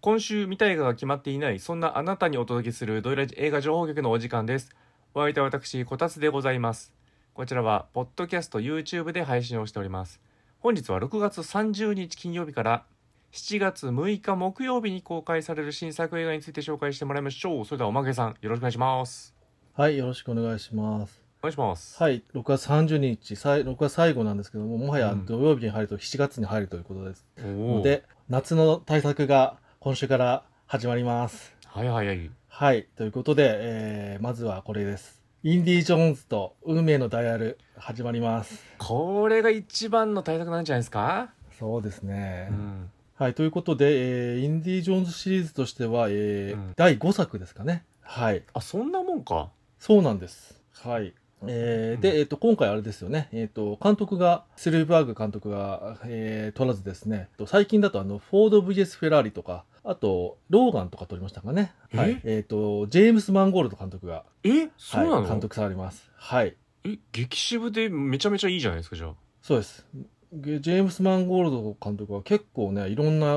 今週見たい映画が決まっていない、そんなあなたにお届けするドイラジ映画情報局のお時間です。お相手は私、こたつでございます。こちらは、ポッドキャスト、YouTube で配信をしております。本日は6月30日金曜日から7月6日木曜日に公開される新作映画について紹介してもらいましょう。それではおまけさん、よろしくお願いします。はい、よろしくお願いします。お願いします。はい、6月30日、さい6月最後なんですけども、もはやうん土曜日に入ると7月に入るということです。おお。で、夏の対策が今週から始まります。はいはいはい。はい、ということで、えーまずはこれです。インディ・ジョーンズと運命のダイヤル始まります。これが一番の対策なんじゃないですかそうですね。うん。はい、ということで、えーインディ・ジョーンズシリーズとしては、えーうん第5作ですかね。はい。あ、そんなもんか。そうなんです。はい。えーうんで、えっと、今回あれですよね、えっと、監督が、スルーバーグ監督が、えー撮らずですね、えっと最近だとあの、フォード VS フェラーリとか、あと、ローガンとか撮りましたかね。はい。えっと、ジェームス・マンゴールド監督が、えそうはいなの、監督されます。はい。え、激渋でめちゃめちゃいいじゃないですか、じゃあ。そうです。ゲジェームス・マンゴールド監督は結構ね、いろんな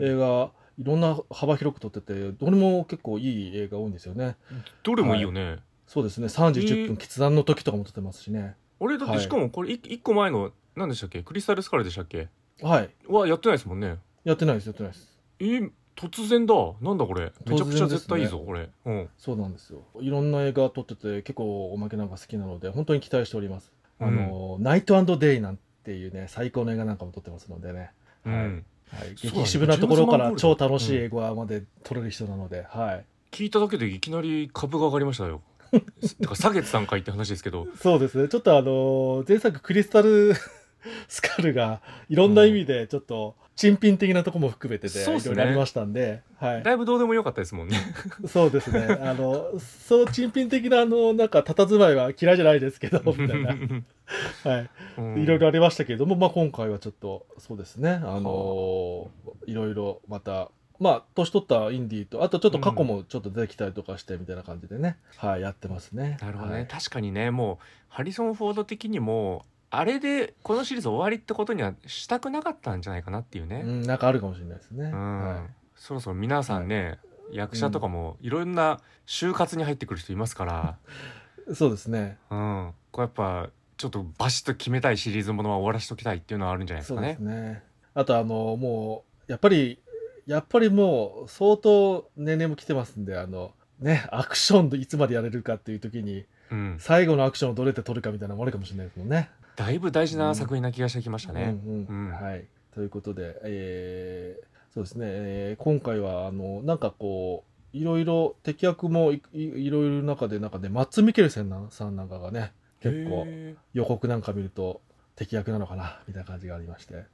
映画、いろんな幅広く撮ってて、どれも結構いい映画多いんですよね。どれもいいよね。そうですね、31えー分決断の時とかも撮ってますしね。あれだってはいしかもこれ 1, 個前の、何でしたっけクリスタルスカルでしたっけはい。はやってないですもんね。やってないです、やってないです。え突然だ。なんだこれ。めちゃくちゃ絶対いいぞ、これ。うん。そうなんですよ。いろんな映画撮ってて、結構おまけなんか好きなので、本当に期待しております。あの、ナイトデイなんていうね、最高の映画なんかも撮ってますのでね。うん。はいはい、そうだね激渋なところからジェームズマンゴー超ルド楽しい映画まで撮れる人なので、はい。聞いただけでいきなり株が上がりましたよ。 てか下げてたんかいって話ですけど。そうですね。ちょっとあの、前作クリスタル スカルが、いろんな意味で、ちょっと、珍品的なとこも含めてで、そうっいすろねいろありましたんで、はい。だいぶどうでもよかったですもんね。そうですね。あの、そう、珍品的な、あの、なんか、佇まいは嫌いじゃないですけど、みた いな。はい。いろいろありましたけれども、まあ、今回はちょっとそうですね、あのーいろいろまた、まあ、年取ったインディーと、あとちょっと過去もちょっと出てきたりとかしてみたいな感じでね、はい、やってますね。なるほどね、はい確かにねもうハリソン・フォード的にもあれでこのシリーズ終わりってことにはしたくなかったんじゃないかなっていううね、ん、なんかあるかもしれないですね。うんはそろそろ皆さんね、役者とかもいろんな就活に入ってくる人いますから、い、そうですね。うんこうやっぱちょっとバシッと決めたいシリーズものは終わらしときたいっていうのはあるんじゃないですそうかでねす。ね。あと、あのもう、やっぱり、やっぱりもう、相当年齢も来てますんで、あの、ね、アクションでいつまでやれるかっていう時に、うん、最後のアクションをどれで撮るかみたいなのもあるかもしれないですもんね。だいぶ大事な作品な気がしてきましたね。うんうんうんはい、ということで、えーそうですね、えー今回はあのなんかこういろいろ敵役もいいいろいろ中でなんかねマッツ・ミケルセンなさんなんかがね結構へー予告なんか見ると敵役なのかなみたいな感じがありまして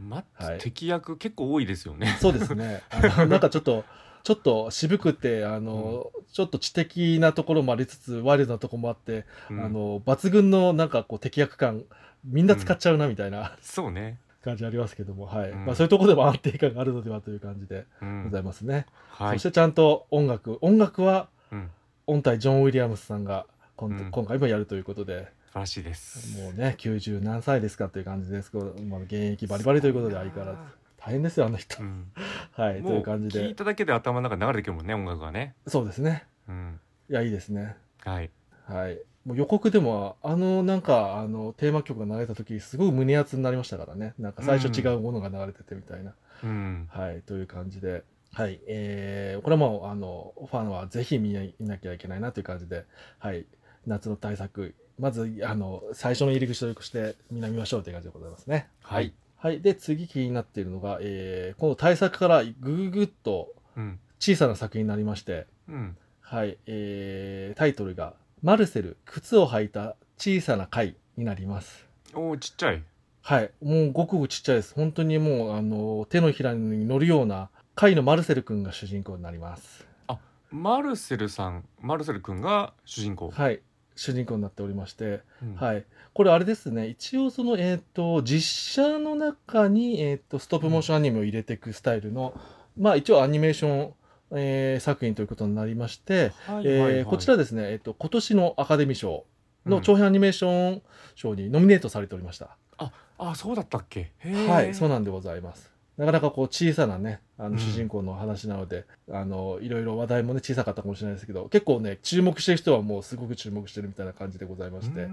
マッツはい敵役結構多いですよね。そうで すねあのなんかちょっとちょっと渋くてあの、ちょっと知的なところもありつつワイルドなところもあって、うんあの抜群のなんかこう敵役感みんな使っちゃうなみたいな。そうね、感じありますけども、はいうんまあ、そういうところでも安定感があるのではという感じでうごんざいますね、はそいし、てちゃんと音楽音楽はうん、音体ジョン・ウィリアムスさんが今,、うん今回もやるということで素晴らしいです。もうね90何歳ですかという感じですけど、まあ、現役バリバリということで相変わらず大変ですよあの人、うん、はいともいうう感じ聞いでただけで頭の中に流れてくるもんね音楽がね、そうですねうん、いやいいですねはいはいもう予告でもあのなんかあのテーマ曲が流れた時すごい胸熱になりましたからねなんか最初違うものが流れててみたいな、うんはい、という感じで、はい、えーこれはもう、あの、ファンはぜひ見な見なきゃいけないなという感じで、はい、夏の対策、まず、あの、最初の入り口として、みんな見ましょうという感じでございますね。はい。はい、で、次気になっているのが、えーこの対策からぐぐぐっとうん小さな作品になりまして、うんはい、えータイトルが、マルセル、靴を履いた小さな貝になります。おーちっちゃいはい、もうごくごくちっちゃいです。本当にもうあの手のひらに乗るような貝のマルセル君が主人公になります。マルセルさんマルセルくんが主人公、はい、主人公になっておりまして、うんはい、これあれですね。一応そのえっ、と実写の中にえっ、とストップモーションアニメを入れていくスタイルの、まあ一応アニメーション、えー作品ということになりまして、はいえーはいはいこちらですね、えっ、と今年のアカデミー賞の長編アニメーション賞にノミネートされておりました。うんあそうだったっけへーはい、そうなんでございます。なかなかこう小さなねあうのん主人公の話なので、あのいろいろ話題もね小さかったかもしれないですけど結構ね注目してる人はもうすごく注目してるみたいな感じでございまして、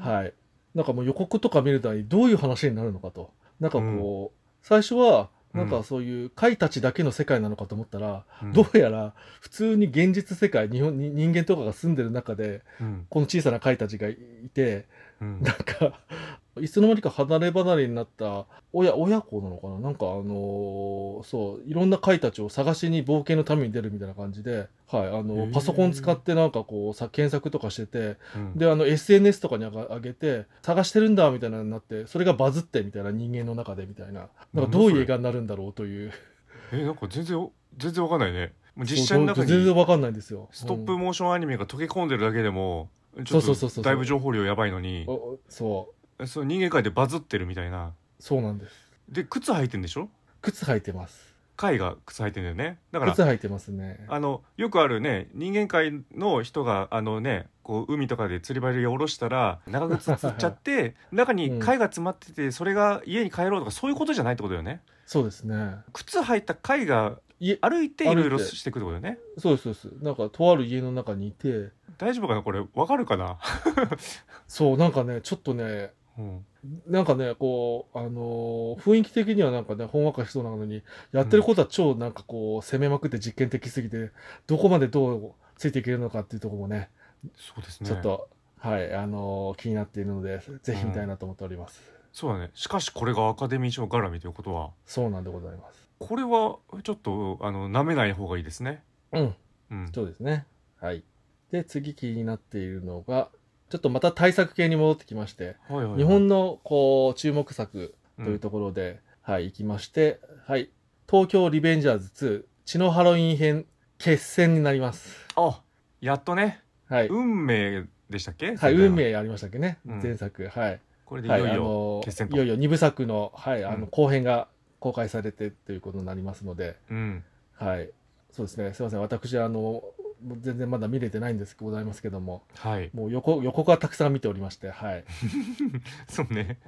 ははい、なんかもう予告とか見るたびにどういう話になるのかとなんかこう、最初はなんうんかそういう怪たちだけの世界なのかと思ったら、いどうやら普通に現実世界日本に人間とかが住んでる中でうんこの小さな怪たちがいて、うんなんか、いつの間にか離れ離れになった親、親子なのかななんかあのーそう、いろんな貝たちを探しに冒険のために出るみたいな感じで、はい、あへの、ーパソコン使ってなんかこう、さ検索とかしてて、うんで、あの、SNS とかにあが上げて、探してるんだみたいなのになって、それがバズってみたいな人間の中でみたいな、なんかどういう映画になるんだろうという、えなんか全然全然わかんないねもう実そ写うの中全然にわかんないんですよ。ストップうんモーションアニメが溶け込んでるだけでもちそょうそうそうっそとうだいぶ情報量やばいのにおおそう、その人間界でバズってるみたいなそうなんです。で靴履いてんでしょ靴履いてます。貝が靴履いてんだよねだから靴履いてますね。あのよくあるね人間界の人があのねこう海とかで釣り針を下ろしたら長靴つっちゃって 中に貝が詰まっててそれが家に帰ろうとかそういうことじゃないってことだよねそうですね。靴履いた貝がいえ歩いていろいろ歩いてしてくることだよねそうですそうですなんかとある家の中にいて大丈夫かなこれわかるか な、そうなんかねちょっとねうん、なんかねこうあのー雰囲気的にはなんかねほんわかしそうなのにやってることは超なんかこう攻めまくって実験的すぎてどこまでどうついていけるのかっていうところもねそうですねちょっとはいあのー気になっているのでぜひ見たいなと思っております、そうだねしかしこれがアカデミー賞絡みということはそうなんでございますこれはちょっとあの舐めない方がいいですねうんうんそうですねはいで次気になっているのがちょっとまた対策系に戻ってきましてはいはいはい日本のこう注目作というところで、はい、行きまして、はい、東京リベンジャーズ2、血のハロウィン編、決戦になります。うんあやっとねはい。運命でしたっけはい、それ運命ありましたっけね、うん前作。はい。これでいはい、よいよの決戦といよいよ2部作の、はい、あうんの、後編が公開されてということになりますので、うんはい。そうですね、すいません。私、あの、全然まだ見れてないんです、ございますけども、はい もう横、横がたくさん見ておりまして、はい。そうね、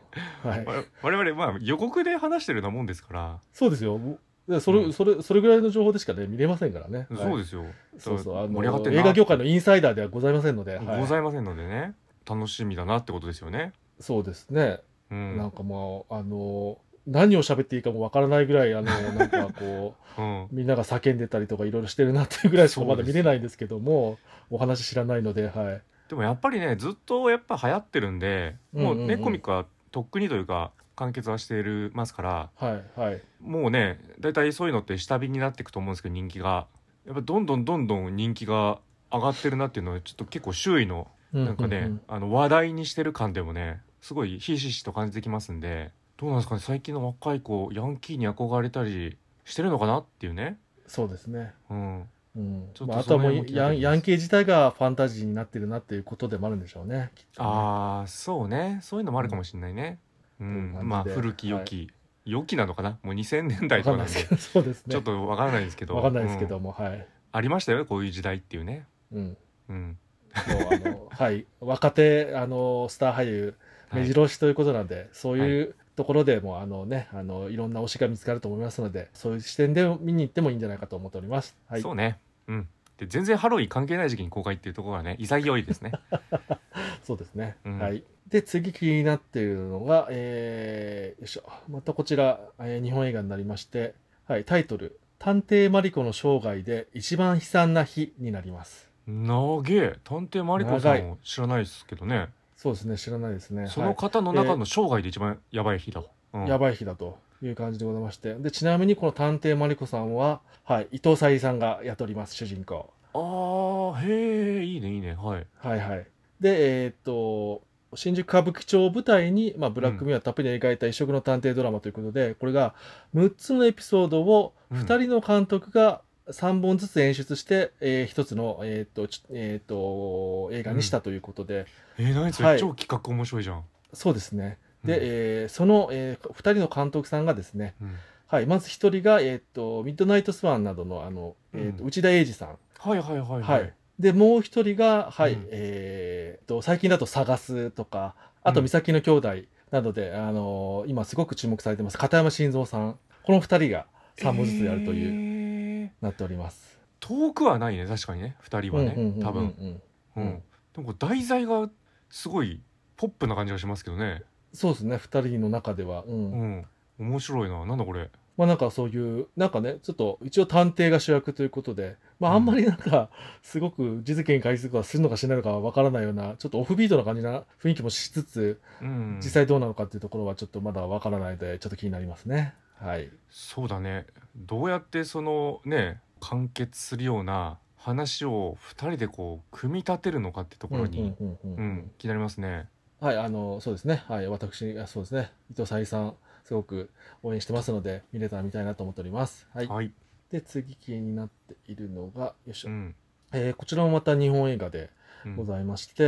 はい。わ我々まあ予告で話してるようなもんですから、そうですよ。でそれ、うんそれ、それぐらいの情報でしかね、見れませんからね。はいそうですよそうそう、あ盛り上がっのてんな映画業界のインサイダーではございませんので、はいございませんのでね楽しみだなってことですよねそうですね、うなんん、かもう、あの、何を喋っていいかもわからないぐらい、あの、なんかこうんう、 みんなが叫んでたりとかいろいろしてるなっていうぐらいしかまそだうで見すれないんですけども、お話知らないので、はい。でもやっぱりねずっとやっぱ流行ってるんでもううんうんうねんコミックはとっくにというか完結はしているますからはい、はい。もうね大体そういうのって下火になっていくと思うんですけど人気がやっぱどんどんどんどん人気が上がってるなっていうのはちょっと結構周囲のなんかね、うううんあの話題にしてる感でもねすごいひしひしと感じてきますんでどうなんですかね最近の若い子ヤンキーに憧れたりしてるのかなっていうね、そうですね。うん、うんちょっとまあ、あそとのはもう辺も気になヤってきますンヤンキー自体がファンタジーになってるなっていうことでもあるんでしょうね。きっとねああそうねそういうのもあるかもしれないね、うんそういう感じでまあ古き良き、良きなのかなもう2000年代わかとんかなないんですでけど、 そうですね。ちょっとわからないですけどわかんないですけうどんも、はい。ありましたよねこういう時代っていうね、うん。 うんもうあのはい、若手あのスター俳優はい目白押しということなんで、そういうところでもあの、ね、あのいろんな推しが見つかると思いますのでそういう視点で見に行ってもいいんじゃないかと思っております。はい、そうねうんで全然ハロウィン関係ない時期に公開っていうところがね潔いです ねそうですね、うんはい、で次気になっているのが、えーよいしょまたこちら、えー日本映画になりまして、はい、タイトル「探偵マリコの生涯で一番悲惨な日」になります。長え探偵マリコさ長いんを知らないですけどねそうですね知らないですね。そはのい方の中の生涯で一番やばい日だ。うんやばい日だという感じでございましてでちなみにこの探偵マリコさんは、はい、伊藤沙莉さんがやっております主人公ああ、へえ、いいね、いいね、はい。はいはいでえーっと新宿歌舞伎町を舞台に、まあ、ブラックミュアをたっぷり描いた異色の探偵ドラマということで、これが6つのエピソードをうん2人の監督が3本ずつ演出して、え1つの、えーっとちえーっと映画にしたということで、えー、何それ、はい超企画面白いじゃん。そうですねうで、んえーその、え2人の監督さんがですねうんはい、まず一人が、えーっとミッドナイトスワンなどのあの、えーっとうん内田英二さん、はいはいはいははいい。でもう一人が、はいうんえーっと最近だと「探す」とかあとう「ん美咲の兄弟」などで、あのー今すごく注目されてます片山晋三さんこの2人が3本ずつやるという、うなっております。遠くはないね確かにね2人はうんうんうんうねん多分、ううんん、でもこう題材がすごいポップな感じがしますけどねそうですね2人の中では、うんうん面白いななんだこれまあなんかそういうなんかねちょっと一応探偵が主役ということで、まあ、あんまりなんかすごく実現に対するするのかしないのかはわからないようなちょっとオフビートな感じな雰囲気もしつつうん実際どうなのかっていうところはちょっとまだわからないのでちょっと気になりますね。はい、そうだねどうやってそのね完結するような話を2人でこう組み立てるのかってところに、うんうんうんうん気になりますねはい、あの、そうですね。はい、私、あそうですね。伊藤沙莉さん、すごく応援してますので、見れたら見たいなと思っております。はい。はい、で、次気になっているのが、よいしょ。うんえーこちらもまた日本映画でうんございまして、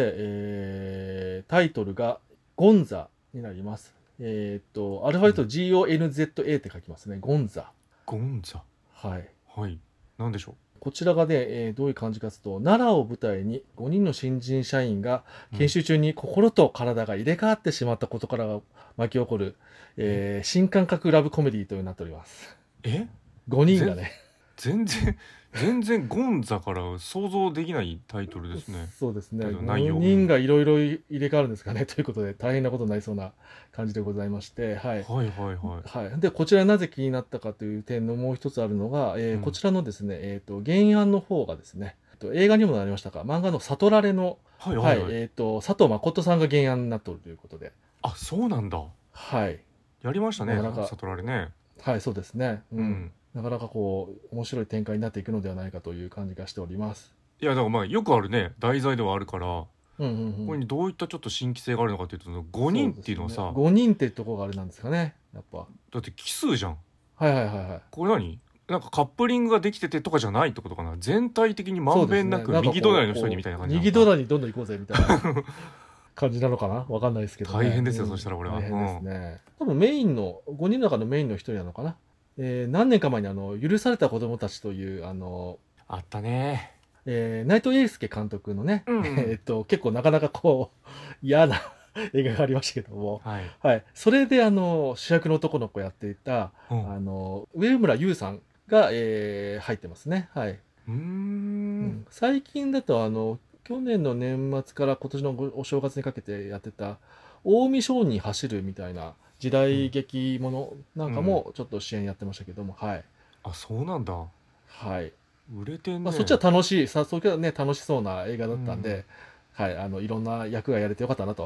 えータイトルが、ゴンザになります。えーっと、アルファベット GONZA って書きますね。ゴンザ。ゴンザはい。はいなんでしょこちらがね、えーどういう感じかというと、奈良を舞台に5人の新人社員がうん研修中に心と体が入れ替わってしまったことから巻き起こる、えー新感覚ラブコメディーというようになっております。うえ5人がね、全然 全然ゴンザから想像できないタイトルですねそうですね、けど内容5人がいろいろ入れ替わるんですかね、ということで大変なことになりそうな感じでございまして、はい。はいはいはいはい、でこちらなぜ気になったかという点のもう一つあるのが、えーうんこちらのですね、えー、と原案の方がですねえっと映画にもなりましたが漫画の「悟られ」のはいは、はいいはい、えっ、と、佐藤誠さんが原案になっておるということで。あそうなんだはい。やりましたねなかなか悟られねはい、そうですね。うん。うんなかなかこう、面白い展開になっていくのではないかという感じがしております。いやだからまあよくあるね題材ではあるからうんうんうん。ここにどういったちょっと新規性があるのかっていうと5人っていうのはさ、 5人ってとこがあれなんですかね。やっぱ。だって奇数じゃんはいはいはいはい。これ何なんかカップリングができててとかじゃないってことかな全体的にまんべんなくそうですね右隣の人にみたいな感じなんなかのかこう右隣にどんどん行こうぜみたいな 感じなのかなわかんないですけど、大変ですよそしたらこれは大変ですね。多分メインの、5人の中のメインの一人なのかな。えー何年か前にあの、許された子供たちという、あの、あったねえー、内藤英介監督のね、うん えっと、結構なかなかこう、 嫌な映画がありましたけども、はい、はい。それで、あの、主役の男の子やっていた、うんあの、上村優さんが、えー入ってますね。はい。うーん最近だと、あの、去年の年末から今年のごお正月にかけてやってた、近江商人走るみたいな時代劇ものなんかも、ちょっと支援やってましたけども、はい。あそうなんだはい。売れてんね、まあ、そっちは楽しい、さそっちはね、楽しそうな映画だったんで、はい、あの、いろんな役がやれてよかったなと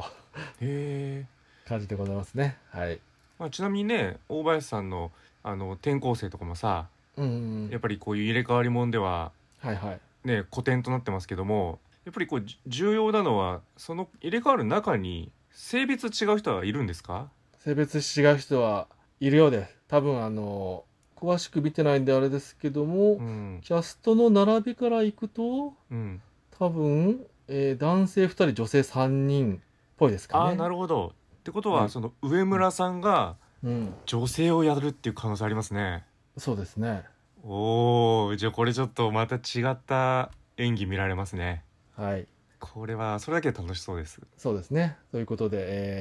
へえ、感じでございますね。はい。まあ、ちなみにね大林さんのあの転校生とかもさうんやっぱりこういう入れ替わりもんでははいはい。ね古典となってますけどもやっぱりこうじ重要なのはその入れ替わる中に性別違う人はいるんですか性別違う人はいるようです。多分、あの、詳しく見てないんであれですけども、うん、キャストの並びからいくと、うん、多分、えー男性2人、女性3人っぽいですかね。ああなるほどってことは、うんその上村さんがうん。女性をやるっていう可能性ありますねそうですね。おーじゃあこれちょっとまた違った演技見られますねはい。これはそれだけで楽しそうですそうですね。ということで、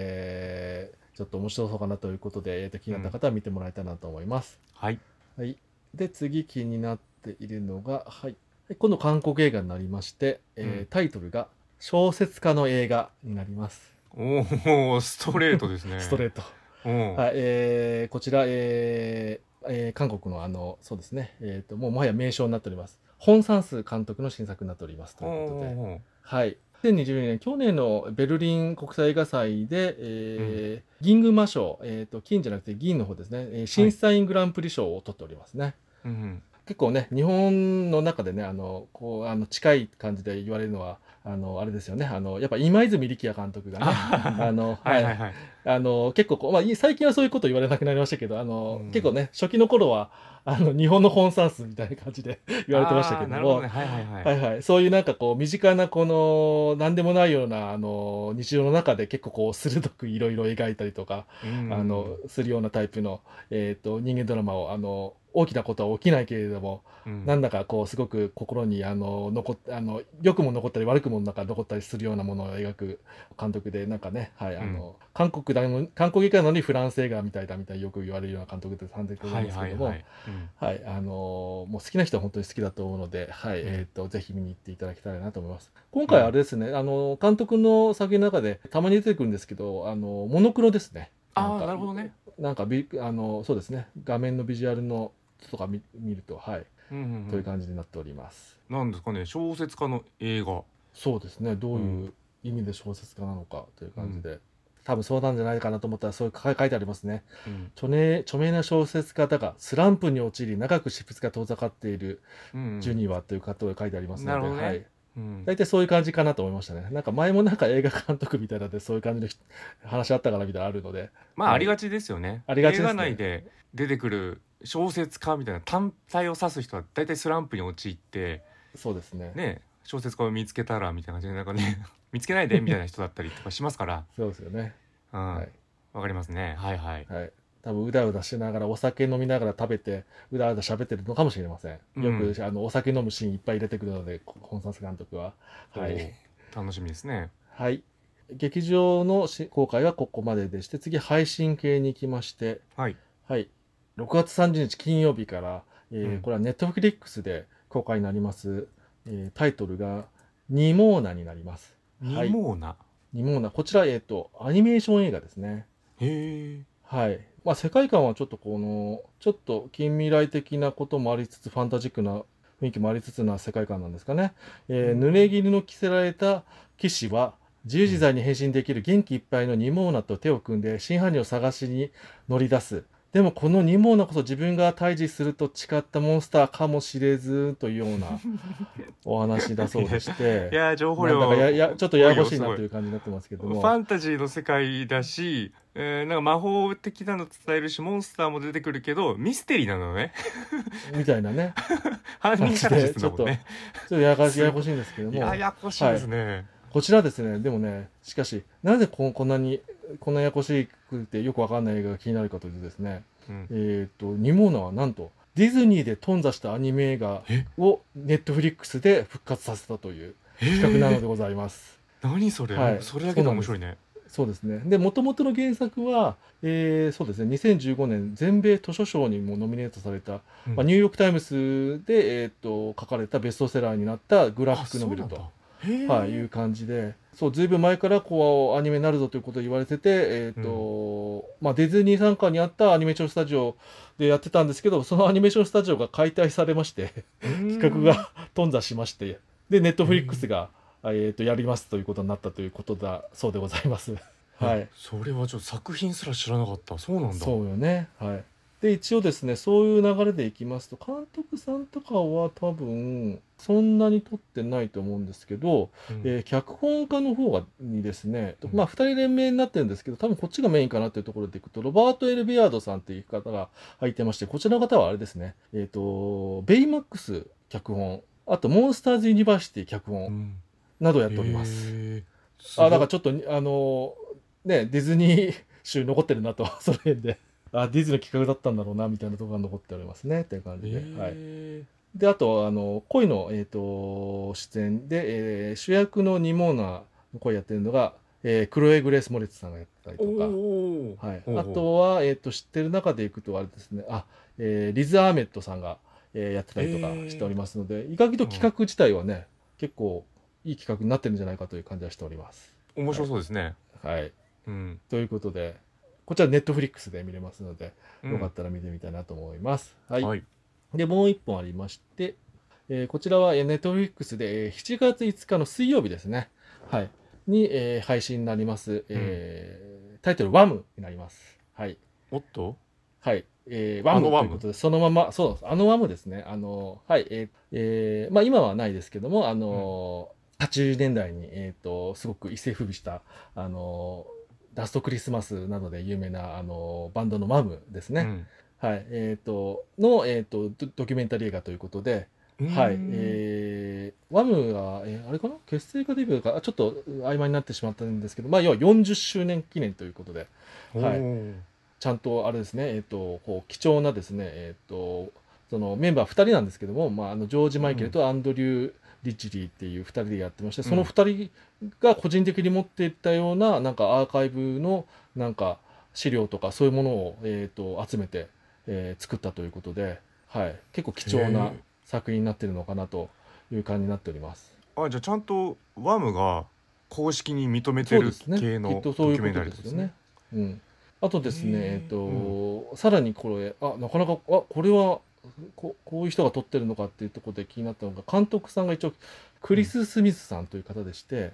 えーちょっと面白そうかなということで、えーと気になった方は見てもらいたいなと思います。はいはい。で、次気になっているのが、はい。はい今度韓国映画になりまして、えーうんタイトルが小説家の映画になります。おおストレートですねストレート。トうん、はい、えーこちら、えーえー韓国のあの、そうですね、えーと、もうもはや名称になっております。ホン・サンス監督の新作になっておりますとおいうことで、ーはい。2022年、去年のベルリン国際映画祭で、えー銀熊賞、えーと、金じゃなくて銀の方ですね、えー審査員グランプリ賞を取っておりますね。うん結構ね、日本の中でね、あの、こう、あの、近い感じで言われるのは、あの、あれですよね、あの、やっぱ今泉力也監督がね、 あの、はいはいはいあの結構こう、まあ、い最近はそういうこと言われなくなりましたけどあの、うん結構ね初期の頃はあの日本の本産数みたいな感じで言われてましたあーけどなるほもどねはいはいはい、はいはい、そういうなんかこう身近なこの何でもないようなあの日常の中で結構こう鋭くいろいろ描いたりとか、うんあのするようなタイプの、えー、と人間ドラマをあの大きなことは起きないけれども、うんなんだかこうすごく心にあの残っあの良くも残ったり悪くもなんか残ったりするようなものを描く監督でなんかね、はいあの韓国だの韓国映画なのにフランス映画みたいだみたいによく言われるような監督で監督なはんいですはけいども。はい、うんはい、あのーもう好きな人は本当に好きだと思うので、はい、うんえっ、と、ぜひ見に行っていただきたいなと思います。今回あれですね、あのー、監督の作品の中で、たまに出てくるんですけど、あのーモノクロですね。あんあかなるほどね、なんかビ、あのーそうですね、画面のビジュアルのとか見見ると、はい、うんうんう、というん感じになっております。なんですかね小説家の映画そうですね、どうういう意味で小説家なのかという感じで、多分そうなんじゃないかなと思ったら、そういう書い書いてありますね。うん著名著名な小説家だが、スランプに陥り、長く執筆が遠ざかっているうんうんジュニアという方が書いてありますので、なるほどねはい、うん大体そういう感じかなと思いましたね。なんか前もなんか映画監督みたいなのでそういう感じの人話あったからみたいなのあるので、まあはいありがちですよね。ありがちですね映画内で出てくる小説家みたいな単体を指す人は大体スランプに陥ってそうですね。ね小説家を見つけたらみたいな感じでなんかね 見つけないでみたいな人だったりとかしますから、そうですよね。うん、わ、はいかりますね。はいはい。はい。多分うだうだしながらお酒飲みながら食べてうだうだ喋ってるのかもしれません。よく、うあのお酒飲むシーンいっぱい入れてくるので、本冊監督は。はおいー。楽しみですね。はい。劇場のし公開はここまででして、次配信系に行きまして、はい。はい、6月30日金曜日から、えーうんこれはネットフリックスで公開になります、えータイトルが「ニモーナ」になります。はいニモーナ。ニモーナこちら、えー、とアニメーション映画ですね。へえ。はいまあ、世界観はちょっとこのちょっと近未来的なこともありつつファンタジックな雰囲気もありつつな世界観なんですかね、えーうん濡れ衣の着せられた騎士は自由自在に変身できる元気いっぱいのニモーナと手を組んで真犯人を探しに乗り出すでもこのニモーナこそ自分が対峙すると誓ったモンスターかもしれずというよう なお話だそうでしていやー情報な量んだかややちょっとややこしいすごないという感じになってますけどフもァンタジーの世界だし、えーなんか魔法的なの伝えるしモンスターも出てくるけどミステリーなの ねみたいなね犯人探しするんだもんねちょっとややこしややこしいんですけども。ややこしいですね。こちらですね、でもね、しかし、なぜここんなに、こんなややこしくてよくわかんない映画が気になるかというとですね、うんえっ、と、ニモーナはなんと、ディズニーで頓挫したアニメ映画えをネットフリックスで復活させたというえ企画なのでございます。何それ、はいそれだけで面白いね。そうですね。で、もともとの原作は、えーそうですね、2015年全米図書賞にもノミネートされた、うんまあ、ニューヨーク・タイムズで、えー、と書かれたベストセラーになったグラフィックノベルと。。あそうなんだはい、いう感じで、そう、ずいぶん前からこうアニメになるぞということを言われてて、えっ、と、まあ、ディズニー傘下にあったアニメーションスタジオでやってたんですけど、そのアニメーションスタジオが解体されまして、へー企画 が頓挫しまして、で、ネットフリックスが、えっ、と、やりますということになったということだそうでございます。うんはい。それはちょっと作品すら知らなかった。そうなんだ。そうよね。はい。で、一応ですね、そういう流れでいきますと、監督さんとかは多分、そんなに撮ってないと思うんですけど、うんえー脚本家の方がにですね、うんまあ、2人連名になってるんですけど多分こっちがメインかなというところでいくとロバート・エル・ベアードさんっていう方が入ってましてこちらの方はあれですね、えー、とベイマックス脚本あとモンスターズ・ユニバーシティ脚う本んなどやっております。へーあだからちょっとにあのーねディズニー集残ってるなと その辺で。あディズニーの企画だったんだろうなみたいなところが残っておりますねっていう感じで、はい、へであとあの恋の、えー、と出演で、えー主役のニモーナの声やってるのが、えークロエ・グレース・モレッツさんがやったーりとか、おーはい、ほうほうあとは、えー、と知ってる中でいくとあれですねあ、えーリズ・アーメットさんが、えーやってたりとかしておりますので、意外と企画自体はね、結構いい企画になってるんじゃないかという感じはしております。面白そうですね。はい、うん。ということでこちらネットフリックスで見れますので、うんよかったら見てみたいなと思います。はいはい。で、もう一本ありまして、えーこちらはえーネットフリックスで、えー7月5日の水曜日ですね。はい。に、えー配信になります。えータイトル、ワムになります。はい。おっと。はい。えーワムあのワといムうことで、そのまま、そうなんです。あのワムですね。あの、はい。えーえーまあ今はないですけども、あのー、80年代に、えっ、と、すごく一世風靡した、あのーラストクリスマスなどで有名な、あのーバンドのマムですね。うんはい、えっ、と、の、えっ、とド、ドキュメンタリー映画ということで、はい、えー、ワムが、えーあれかな結成かデビューか、あちょっと曖昧になってしまったんですけど、まあ、要は40周年記念ということで、ーはいおちゃんとあれですね、えっ、と、こう貴重なですね、えっ、と、そのメンバー2人なんですけども、まあ、あのジョージ・マイケルとアンドリュー・リッチリーっていう2人でやってまして、その2人が個人的に持っていったような、なんかアーカイブの、なんか資料とかそういうものを、えっ、と、集めて、えー作ったということで、はい、結構貴重へなー作品になってるのかなという感じになっております。ーあじゃあちゃんとワムが公式に認めてそうるですね。系のきっドとキそういうュこメンとタリでーすですよねね。うん。あとですね、へーえっ、と、さらにこれ、あ、なかなか、あ、これは。ここういう人が撮ってるのかっていうところで気になったのが監督さんが一応クリス・スミスさんという方でして、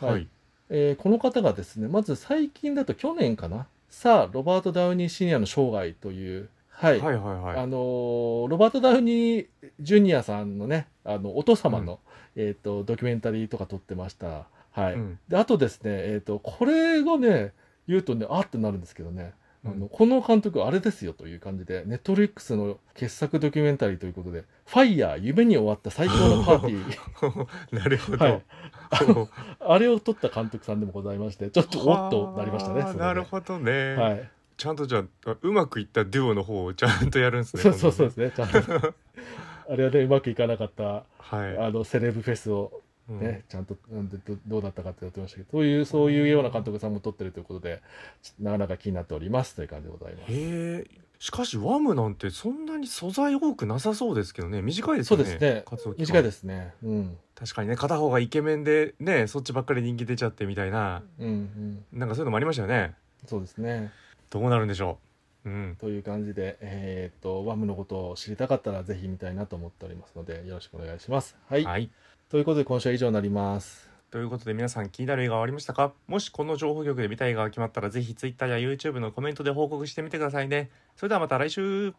はい、えーこの方がですねまず最近だと去年かなさあロバート・ダウニー・シニアの生涯という、はいはいはいはあいのーロバート・ダウニー・ジュニアさんのねあのお父様の、えー、とドキュメンタリーとか撮ってました、はいうんであとですね、えー、とこれがね言うとねあってなるんですけどね、あうのんこの監督あれですよという感じでネットフリックスの傑作ドキュメンタリーということで「ファイヤー夢に終わった最高のパーテ ィーなるほど、はいおー」あれを撮った監督さんでもございましてちょっとおっとなりましたねはあそれでなるほどね、はい、ちゃんとじゃあうまくいったデュオの方をちゃんとやるんですねそうそうそう今ですねちゃ んとあれはねうまくいかなかった度ねはいあのセレブフェスをうんね、ちゃんとうんでどどうだったかってやってましたけどそういうそういうような監督さんも撮ってるということでちなかなか気になっておりますという感じでございます。へえしかしワムなんてそんなに素材多くなさそうですけどね短いですよねそうですね活動期間短いですね。うん確かにね片方がイケメンでねそっちばっかり人気出ちゃってみたいなうんうん、なんかそういうのもありましたよねそうですね。どうなるんでしょううんという感じで、えーっとワムのことを知りたかったらぜひ見たいなと思っておりますのでよろしくお願いします。はい、はいということで今週は以上になります。ということで皆さん気になる映画はありましたかもしこの情報局で見たい映画が決まったらぜひ Twitter や YouTube のコメントで報告してみてくださいねそれではまた来週